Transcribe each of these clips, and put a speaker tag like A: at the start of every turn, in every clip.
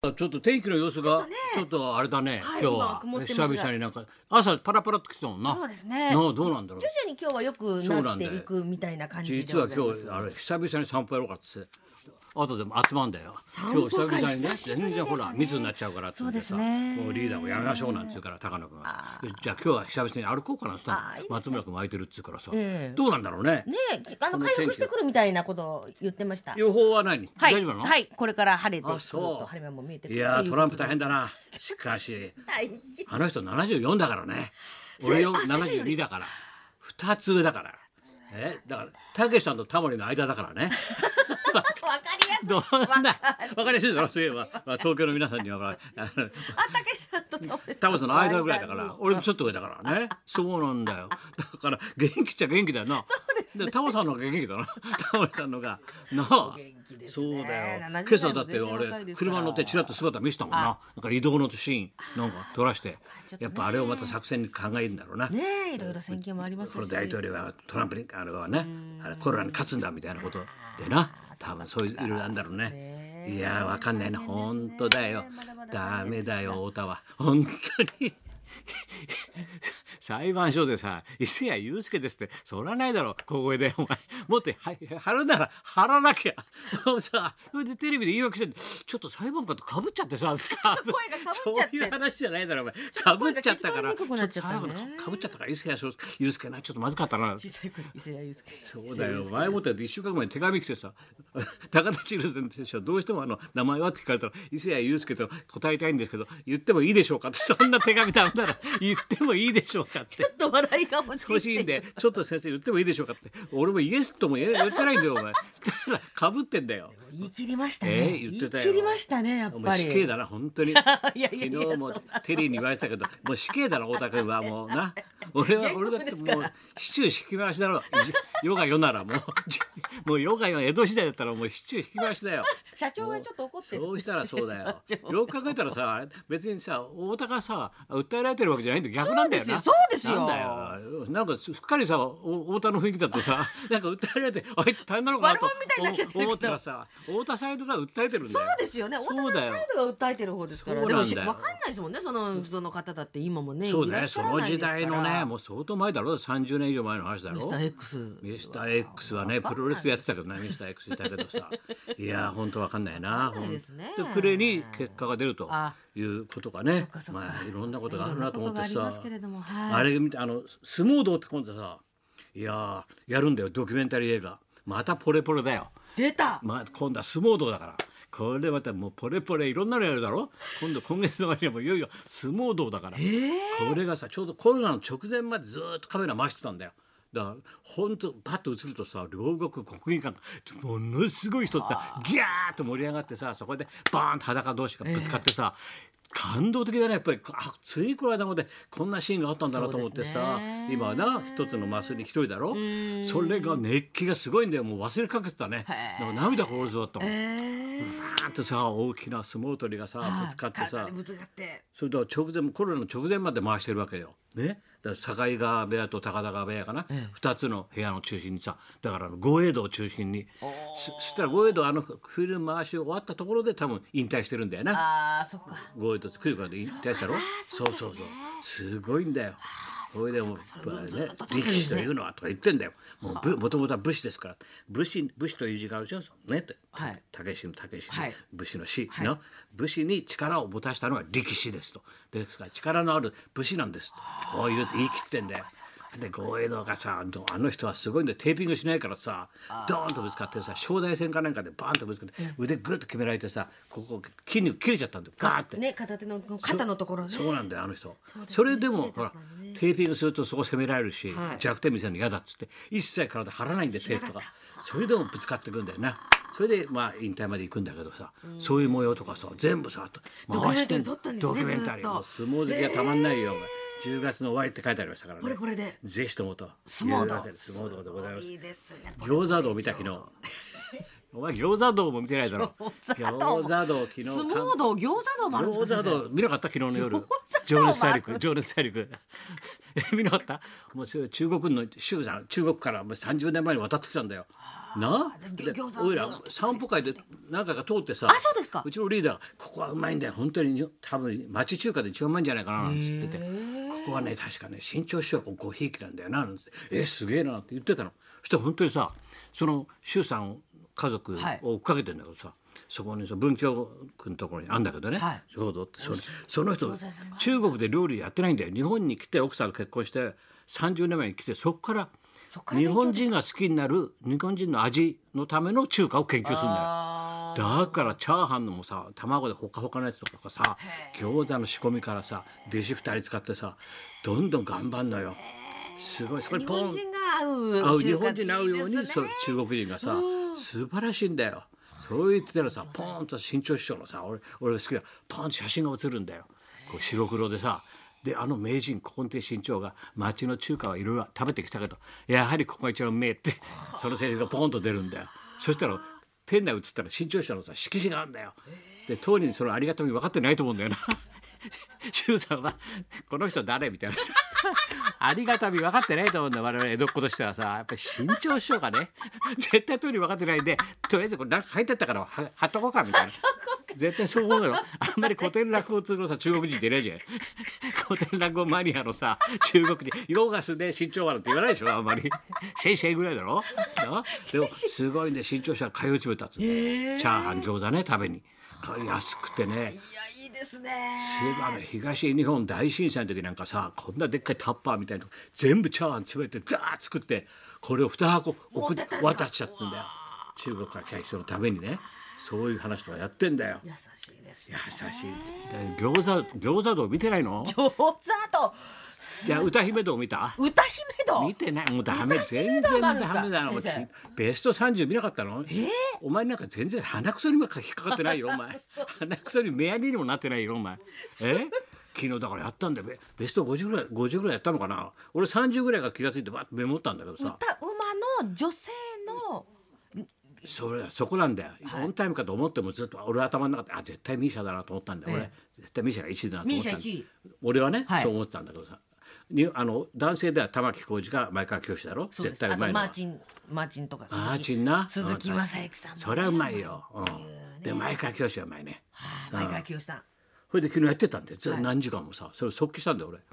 A: ちょっと天気の様子がちょっとあれだね、
B: はい
A: 今日
B: 今
A: は
B: 曇ってます
A: 久
B: が
A: 々になんか朝パラパラっと来てたもんな
B: そうですね
A: などうなんだろう
B: 徐々に今日は良く
A: そう
B: な
A: な
B: っ
A: ん
B: て
A: だよ
B: いくみたいな感じで
A: 実
B: ご
A: は
B: ざい
A: 今
B: ま
A: 日
B: す。
A: あれ久々に散歩やろうかっつって後でも集まんだよ
B: 散
A: 今
B: 歩
A: 日久々にね
B: 久しぶ
A: 全
B: りですね
A: 然ほら密になっちゃうからっつ
B: そう
A: って
B: で
A: さ
B: すね
A: もうリーダーもやめましょうなんて言うから高野君がじゃあ今日は久々に歩こうかなっつったの
B: あーいいですね
A: 松村君も空いてるっつうからさ、
B: ええ
A: どうなんだろうね
B: ねえ、あの
A: この
B: 回
A: 天気
B: 復してくるみたいなことを言ってました。
A: 予報は何、
B: はい、
A: 大丈夫なの、
B: はい、これから晴れてく
A: あ
B: る
A: そ
B: と
A: う
B: 晴れ間も見えてく
A: い
B: る。
A: やートランプ大
B: 変。
A: 変だなしかし
B: 大変
A: あの人74だからね。
B: せ
A: 俺よ
B: あ先生より
A: 72だから。二つ上だから。えだから、たけしさんとタモリの間だからね。
B: わかりやすい。
A: どん な、わかりやすいだろ、そういえば。まあ東京の皆さんには、ほらあの
B: あたけしさんとタモリさ
A: タ
B: ん
A: モリ
B: の
A: さんの間ぐらいだか
B: 間に
A: ら、俺もちょっと上だからね。そうなんだよ。だから、元気っちゃ元気だよな。そうです、タモさんの方が元気だな。タモリさんの方が。なあ
B: 元気です
A: そ
B: ね
A: うだよ。今
B: 70
A: 朝だって
B: 代も全然若い
A: 俺、
B: ですから
A: 車乗ってちらっと姿見せたもんな。なんか移動のシーン、なんか撮らして。やっぱあれをまた作戦に考えるんだろうな。
B: ねえ、いろいろ選挙もありますし。
A: この大統領はトランプにあのはねあれコロナに勝つんだみたいなことでな多分そういういろいろあるんだろうね
B: ねえ
A: いやーわかんないな
B: 大変
A: 本
B: ですね
A: 当だよ
B: まだまだ
A: ダメだよ太田は本当に 裁判所でさ伊勢谷友介ですってそらないだろ小声でお前もっとは貼るなら貼らなきゃ もうさそれでテレビで言い訳してちょっと裁判官とかぶっちゃって さ
B: っちゃって
A: そういう話じゃないだろお前かぶっちゃったから
B: ちょっと声が聞き取りにくくなっちゃったね
A: ちょっと裁判官かぶっちゃったから伊勢谷友介なちょっとまずかったな
B: 小さい頃伊勢谷友介。
A: そうだよ前もって1週間前に手紙来てさ「高田チルズン選手はどうしてもあの名前は?」って聞かれたら「伊勢谷友介と答えたいんですけど言ってもいいでしょうか」ってそんな手紙だったら「言ってもいいでしょうか」って。
B: ちょっと笑いが欲しいって。
A: 欲しいんでちょっと先生言ってもいいでしょうかって俺もイエスとも言え言ってないんだよお前 したらかぶってんだよ
B: 言い切りました
A: え
B: ね。
A: ー言ってたよ
B: 言い切りましたね、やっ
A: お
B: ぱ
A: 前
B: り。
A: 死刑だな本当に
B: いやいやいや
A: 昨日も
B: そん
A: テリーに言われてたけどもう死刑だな太田君はもうな俺は俺だって
B: 原
A: も
B: 告
A: う市中引き回しだろじ世が世ならもうじもう世が世江戸時代だったらもう市中引き回しだよ
B: 社長がちょっと怒ってる。
A: そうしたらそうだ よ
B: 社長
A: よく考えたらさあれ別にさ太田がさ訴えられてるわけじゃないんだ逆なんだよな
B: そうですよそ
A: なん
B: うですよ
A: だよなんかすっかりさお太田の雰囲気だと さなんか訴えられてあいつ大変なのかなと
B: 悪者みたいになっちゃってるけど
A: 思ったらさ太田サイドが訴えてるんだ
B: そ
A: よ
B: うですよね。
A: そ
B: 大
A: う
B: 田
A: だよ
B: さんサイドが訴えてる方ですから。
A: そう
B: で
A: なんだよ
B: もしわかんないですもんね。そのその方だって今もね、
A: そう
B: いら
A: ね、
B: っし
A: そ
B: ゃら
A: の
B: ないで
A: 時
B: すから。
A: 代のね、もう相当前だろ、30年以上前の話だろ。
B: ミ
A: ミ
B: スター X。
A: スター X はね、プロレスやってたけどね、ミスター X いたけど さ。いやー、本当わかんないな。
B: かんないですね
A: ほんとで、暮れに結果が出ると
B: あ
A: いうことがね
B: かそ、っか
A: まあ、いろんなことがあるなと思って
B: いろんなことがありま
A: さ
B: すけれども。はい
A: あれ見て、あの、相撲道って今度さ、いやー、やるんだよ、ドキュメンタリー映画。またポレポレだよ。
B: 出た。
A: まあ、今度は相撲道だからこれまたもうポレポレいろんなのやるだろ今度今月の終わりはもういよいよ相撲道だから、これがさちょうどコロナの直前までずーっとカメラ回してたんだよ。だから本当パッと映るとさ両国国技館ものすごい人ってさギャーッと盛り上がってさそこでバーンと裸同士がぶつかってさ、感動的だねやっぱりあついこの間までこんなシーンがあったんだなと思って
B: そ
A: さ、
B: うですね
A: 今はな一つのマスに一人だろそれが熱気がすごいんだよもう忘れかけてたねなんか涙がおるぞと。
B: えー
A: バーンとさ大きな相撲取りがさぶつかって
B: 体
A: さ
B: でぶつかって。
A: それだから直前コロナの直前まで回してるわけよ。ね、だから境川部屋と高田川部屋かな、二2つの部屋の中心にさだからあの豪栄道を中心にそそしたら豪栄道あのフィルム回し終わったところで多分引退してるんだよな。
B: ああ、そっか。
A: ゴールド作るからで引退したろそうそうそうすごいんだよそれでもやっぱりね力士というのはとか言ってんだよもうぶもともとは武士ですから武士武士という字があるでしょねって
B: はい
A: たけしのたけしの
B: はい
A: 武士の士の武士に力を持たしたのが力士ですとですから力のある武士なんですとこう言うて言い切ってんだよで豪栄道がさあの人はすごいんでテーピングしないからさドーンとぶつかってさ正代戦かなんかでバーンとぶつかって腕ぐっと決められてさここ筋肉切れちゃったんだよガーって
B: ね、片手の肩のところね。
A: そうなんだよあの人そ,、
B: うですね
A: れでも
B: 切
A: ほ
B: れ
A: ら
B: たからね
A: テーピングするとそこ攻められるし、
B: はい
A: 弱点見せるの嫌だっつって一切体張らないんでテープとかそれでもぶつかってくんだよなそれでまあ引退まで行くんだけどさ、そういう模様とかさ全部さ回して
B: ドキュメンタリー撮ったんですね
A: ドキュメンタリ
B: ず
A: ー
B: っと
A: もう相撲好きがたまんないよ、お前10月の終わりって書いてありましたからね
B: これこれで。
A: ぜひともと
B: 相撲道
A: いうわけで相撲道でございます
B: いいですね。
A: 餃子道見た昨 日お前餃子道も見てないだろ
B: 餃子道
A: 餃子道昨日
B: 相撲道、餃子道もあるんです
A: 餃子
B: か先生
A: 道見なかった昨日の夜
B: 餃子道
A: 情熱大
B: もあ
A: 陸
B: る
A: 情熱大 陸え見なかったもうそれ中国の周さん中国からもう30年前に渡ってきたんだよな
B: 私
A: で
B: 餃子
A: おいら
B: ずっと
A: 散歩会で何回か通ってさ
B: あそうですか
A: うちのリーダーが「ここはうまいんだよ本当に多分町中華で一番うまいんじゃないかな」なんて言ってて「ここはね確かね新潮師匠がごひいきなんだよな」なんて「えすげえな」って言ってたのそして本当にさその周さん家族
B: はい
A: を追っかけてんだけどさ、そこにさ文京区のところにあんだけどね、
B: はい
A: ちょうどってそれその人
B: 餃子屋さんが
A: 中国で料理やってないんだよ日本に来て奥さんと結婚して30年前に来てそこから
B: そっから
A: 日
B: 勉強
A: 本人が好きになる日本人の味のための中華を研究するんだよ。
B: あ
A: だからチャーハンのもさ卵でほかほかのやつとかさ餃子の仕込みからさ弟子2人使ってさどんどん頑張んのよすごいそこ
B: ー
A: に
B: 日
A: ポン
B: 本人が合
A: 合
B: う
A: う日
B: 中華
A: 本人に合うように
B: いいです
A: そう
B: ね
A: 中国人がさ素晴らしいんだよそう言ってたらさポーンと新潮師匠のさ俺俺が好きだポーンと写真が写るんだよこう白黒でさであの名人古今亭新潮が町の中華はいろいろ食べてきたけどやはりここが一番うめえって そのセリフがポーンと出るんだよそしたら店内写ったら新潮師匠のさ色紙があるんだよで当人そのありがたみ分かってないと思うんだよな周さんは「この人誰?」みたいなさありがたみ分かってないと思うんだよ我々江戸っ子としてはさやっぱり新潮師匠がね絶対通り分かってないんでとりあえずこれなんか入ってったからは貼っとこうかみたいな絶対そう思うのよあんまり古典落語通のさ中国人っていないじゃん古典落語マニアのさ中国人「ヨガスで新潮笑」って言わないでしょあんまりシェイシェイぐらいだろなでもすごいね新潮師匠が通い詰めたっつって、チャーハン餃子ね食べに安くてね
B: いやいいですね
A: そういえばあの東日本大震災の時なんかさこんなでっかいタッパーみたいなの全部チャーハン詰めてダーッ作ってこれを2箱送っ
B: 持ってったんですか
A: 渡っちゃってんだよ中国から来た人のためにねそういう話とかやってんだよ
B: 優しいですね
A: 優しいで餃子餃子道見てないの
B: 餃子と
A: いや歌姫道見た
B: 歌姫堂
A: 見てないもうダメ
B: 歌姫
A: 全然
B: 道も
A: ダ
B: あるんですか
A: メだなもう
B: 先生
A: ベスト30見なかったの、お前なんか全然鼻くそにも引っかかってないよお 前鼻くそに目やりにもなってないよお前え昨日だからやったんだよベベスト50ぐらい50ぐらいやったのかな俺30ぐらいが気が付いてバッとメモったんだけどさ
B: 歌馬の女性の
A: それそこなんだよ、オンタイムかと思ってもずっと俺頭の中であ絶対ミーシャだなと思ったんだよ、
B: え
A: 俺絶対ミーシャが1位だなと思ったんだ
B: ミーシャ一位
A: 俺はね、
B: はい
A: そう思ってたんだけどさにあの男性では玉置浩二が前川清だろ
B: そうで
A: 絶
B: す
A: 対
B: あ
A: う
B: と
A: まいの
B: マ
A: は
B: ーチンマーチンとか鈴木
A: マーチンな
B: 鈴木
A: うん
B: 雅之さんも
A: そりゃうまいよ、うん、で前川清はうまいね
B: あー前川清さん
A: それで昨日やってたんでず何時間もさそれを即帰したんだよ俺そ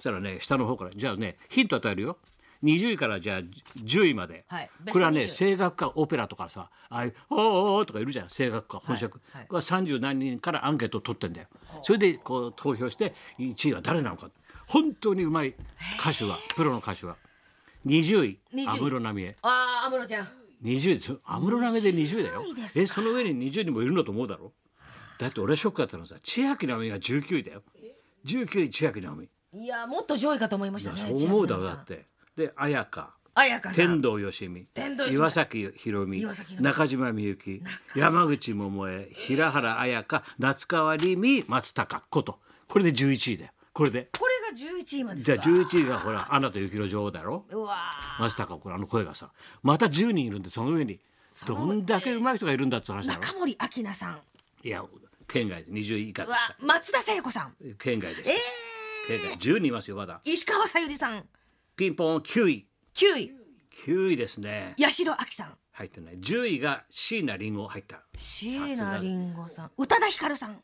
A: したらね下の方からじゃあねヒント与えるよ20位からじゃあ10位まで、
B: はい
A: これはね
B: ベスト
A: 声楽家オペラとかさああいう「おーおー」とかいるじゃん声楽家本職、
B: はい
A: これは30何人からアンケートを取ってんだよそれでこう投票して1位は誰なのか本当にうまい歌手はプロの歌手は20位
B: 20位
A: 安室奈美恵
B: ああ安室ちゃん
A: 20ですよ安室奈美で20だよ
B: 20位ですか
A: えその上に20人もいるんだと思うだろだって俺ショックだったのはさ千秋奈美が19位だよ19位千秋奈美
B: いやもっと上位かと思いましたね
A: そう思うだろ
B: 千
A: だ
B: 秋
A: ってで彩香
B: 奈子さん彩香さ
A: 天
B: ん
A: 童よしみ
B: 天童よしみ
A: 岩崎宏美
B: 岩崎宏美
A: 中島みゆき山口百恵平原綾香夏川りみ松たか子とこれで11位だよこれで
B: これが十一位までです
A: じゃ
B: か
A: あ11位がほら「アナと雪の女王」だろ
B: うわ
A: 松たか子のあの声がさまた10人いるんでその上にどんだけ上手い人がいるんだって話
B: ー
A: だろ
B: 中森明菜さん
A: いや県外で20位以下
B: う
A: で
B: わ
A: した
B: 松田聖子さん
A: 県外で
B: え
A: した県外10人いますよまだ
B: ー、石川さゆりさん
A: ピンポン9位
B: 九位
A: 9位ですね
B: 八代亜紀さん
A: 入ってない10位が椎名林檎入った
B: 椎名林檎さん宇多田ヒカルさん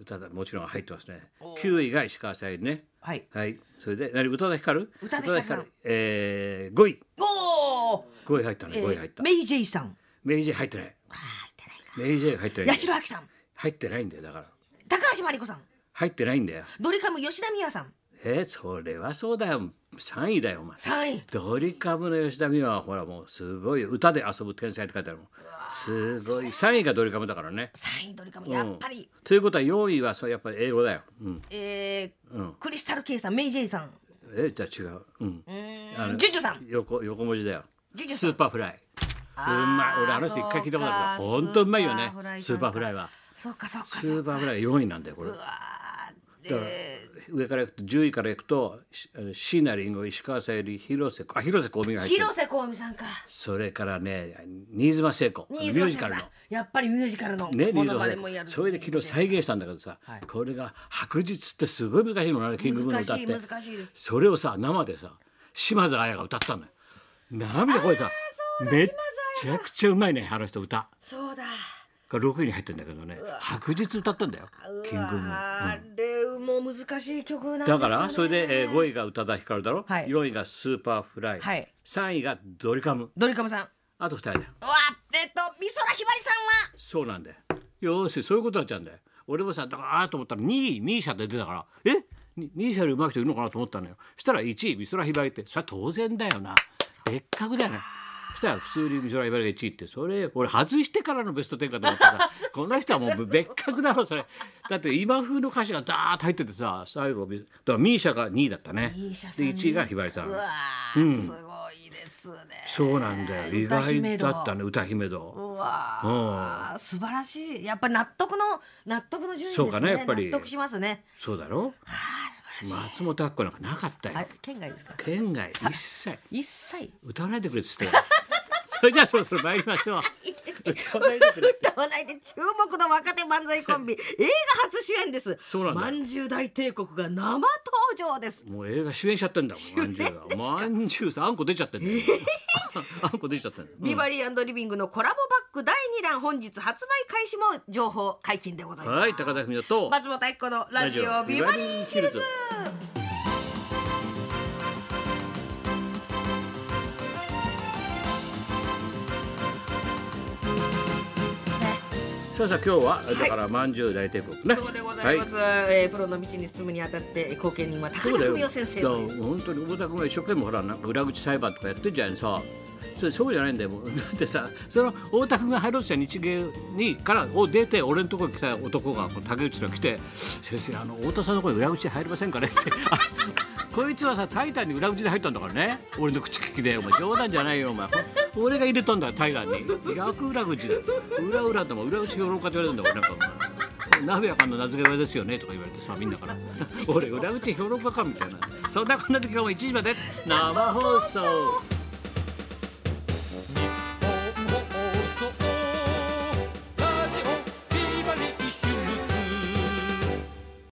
A: 歌だもちろん入ってますね9位が石川さゆりね
B: はい
A: はいそれで何宇多田ヒカル
B: 宇多田ヒカルさん
A: 宇多えー、5位
B: おお、
A: 5位入ったね
B: え
A: 5位入っ
B: ー
A: た、
B: メイジェイさん
A: メイジェイ入ってない
B: あー入ってないか
A: メイジェイ入ってない
B: 八代亜紀さん
A: 入ってないんだよだから
B: 高橋真理子さん
A: 入ってないんだよ
B: ドリカム吉田美和さん
A: えー、それはそうだよ3位だよお前
B: 三位
A: ドリカムの吉田美和はほらもうすごい歌で遊ぶ天才って書いてあるもんすごい3位がドリカムだからね
B: 三位ドリカム
A: うん
B: やっぱり、
A: ということは4位はそうやっぱり英語だよ、うん、
B: えークリスタル・ケイさんメイジェイさん
A: えじゃあ違ううんあの
B: ジュジュさん
A: 横横文字だよ
B: ジュジュさ
A: ス
B: ん
A: ーパーフライうまい俺あの人一回聞いたことあるから
B: そうか
A: 本当うまいよね
B: スーパーフライさんか
A: スーパーフライは
B: そうかそうか
A: ス
B: そう
A: ーパーフライ4位なんだよこれ
B: かで
A: 上からいくと10位からいくとしあの椎名林檎石川さゆり広瀬あ広瀬香美が入ってる
B: 広瀬香美さんか
A: それからね新妻聖子ミュ
B: 新
A: ー
B: 妻聖
A: ジ
B: 子
A: カ
B: さん
A: ルの。
B: やっぱりミュージカルの
A: ね、
B: も
A: リ
B: の
A: ゾ
B: ま
A: ー
B: ね
A: ト
B: もやる
A: それで昨日再現したんだけどさ、
B: はい
A: これが白日ってすごい難しいものねキングブーの歌って
B: 難しい難しいです
A: それをさ生でさ島津亜矢が歌ったのよ涙これさめっちゃくちゃうまいねあの人歌
B: そうだ
A: が6位に入ってんだけどね白日歌ったんだよキングム
B: う
A: ーン
B: わあれも難しい曲なんですよ
A: だ
B: ね
A: からそれで、えー、5位が宇多田ヒカルだろ、
B: はい
A: 4位がスーパーフライ、
B: はい
A: 3位がドリカム
B: ドリカムさんう
A: あと2人だよ
B: わえっと美空ひばりさんは
A: そうなんだよよーしそういうことになっちゃうんだよ俺もさだからあーと思ったら2位ミーシャって出たからえミミーシャより上手い人いるのかなと思ったのよそしたら1位美空ひばりってそれは当然だよな別格だよねそしたら普通に美空ひばりが1位ってそれ俺外してからのベスト10かと思った からこの人はもう別格だろそれだって今風の歌詞がダーッと入っててさ最後だからミーシャが2位だったね
B: ミーシャさん
A: で1位がひばりさん
B: うわあ、すごいですね
A: そうなんだよ意
B: 歌姫
A: 外
B: 道
A: だったね歌姫堂
B: うわあ素晴らしいやっぱ納得の納得の順位ですね
A: そうかねやっぱり
B: 納得しますね
A: そうだろ
B: ああ素晴らし
A: 松
B: い、
A: 本明子なんかなかったよ
B: あれ県外ですか
A: 県外一切
B: 一切
A: 歌わないでくれっつって よそれじゃあそろそろ参りましょう歌わないでくれ
B: 歌わないで注目の若手漫才コンビ映画初主演です
A: そうなんだよ
B: まんじゅう大帝国が生登場です
A: もう映画主演しちゃってんだもんまんじゅうがまんじゅうさんあんこ出ちゃってんだ よあんこ出ちゃってんだよ
B: ビバリーリビングのコラボバッグ第2弾本日発売開始も情報解禁でございます、
A: はい高田文夫と
B: 松本明子のラジオビバリーヒルズ
A: さあさあ今日はだからまんじゅう大帝国ね
B: そうでございます、えープロの道に進むにあたって貢献人は高
A: そうだ
B: 田
A: よ。
B: 文夫先生
A: いや
B: という
A: 本当に太田君が一生懸命ほらなんか裏口裁判とかやってんじゃんさ。それそうじゃないんだよ。 もうだってさ、その太田君が入ろうとした日芸にからを出て俺のとこに来た男がこの竹内と来て先生あの太田さんの声裏口で入れませんかねって。 あこいつはさタイタンに裏口で入ったんだからね俺の口利きでお前冗談じゃないよお前俺が入れたんだよタイタンに逆裏口だよ裏裏でも裏口評論家って言われたんだよ俺なんか鍋やかんの名付け親ですよねとか言われてさみんなから 俺裏口評論家かみたいなそんなこんな時間は1時まで生放送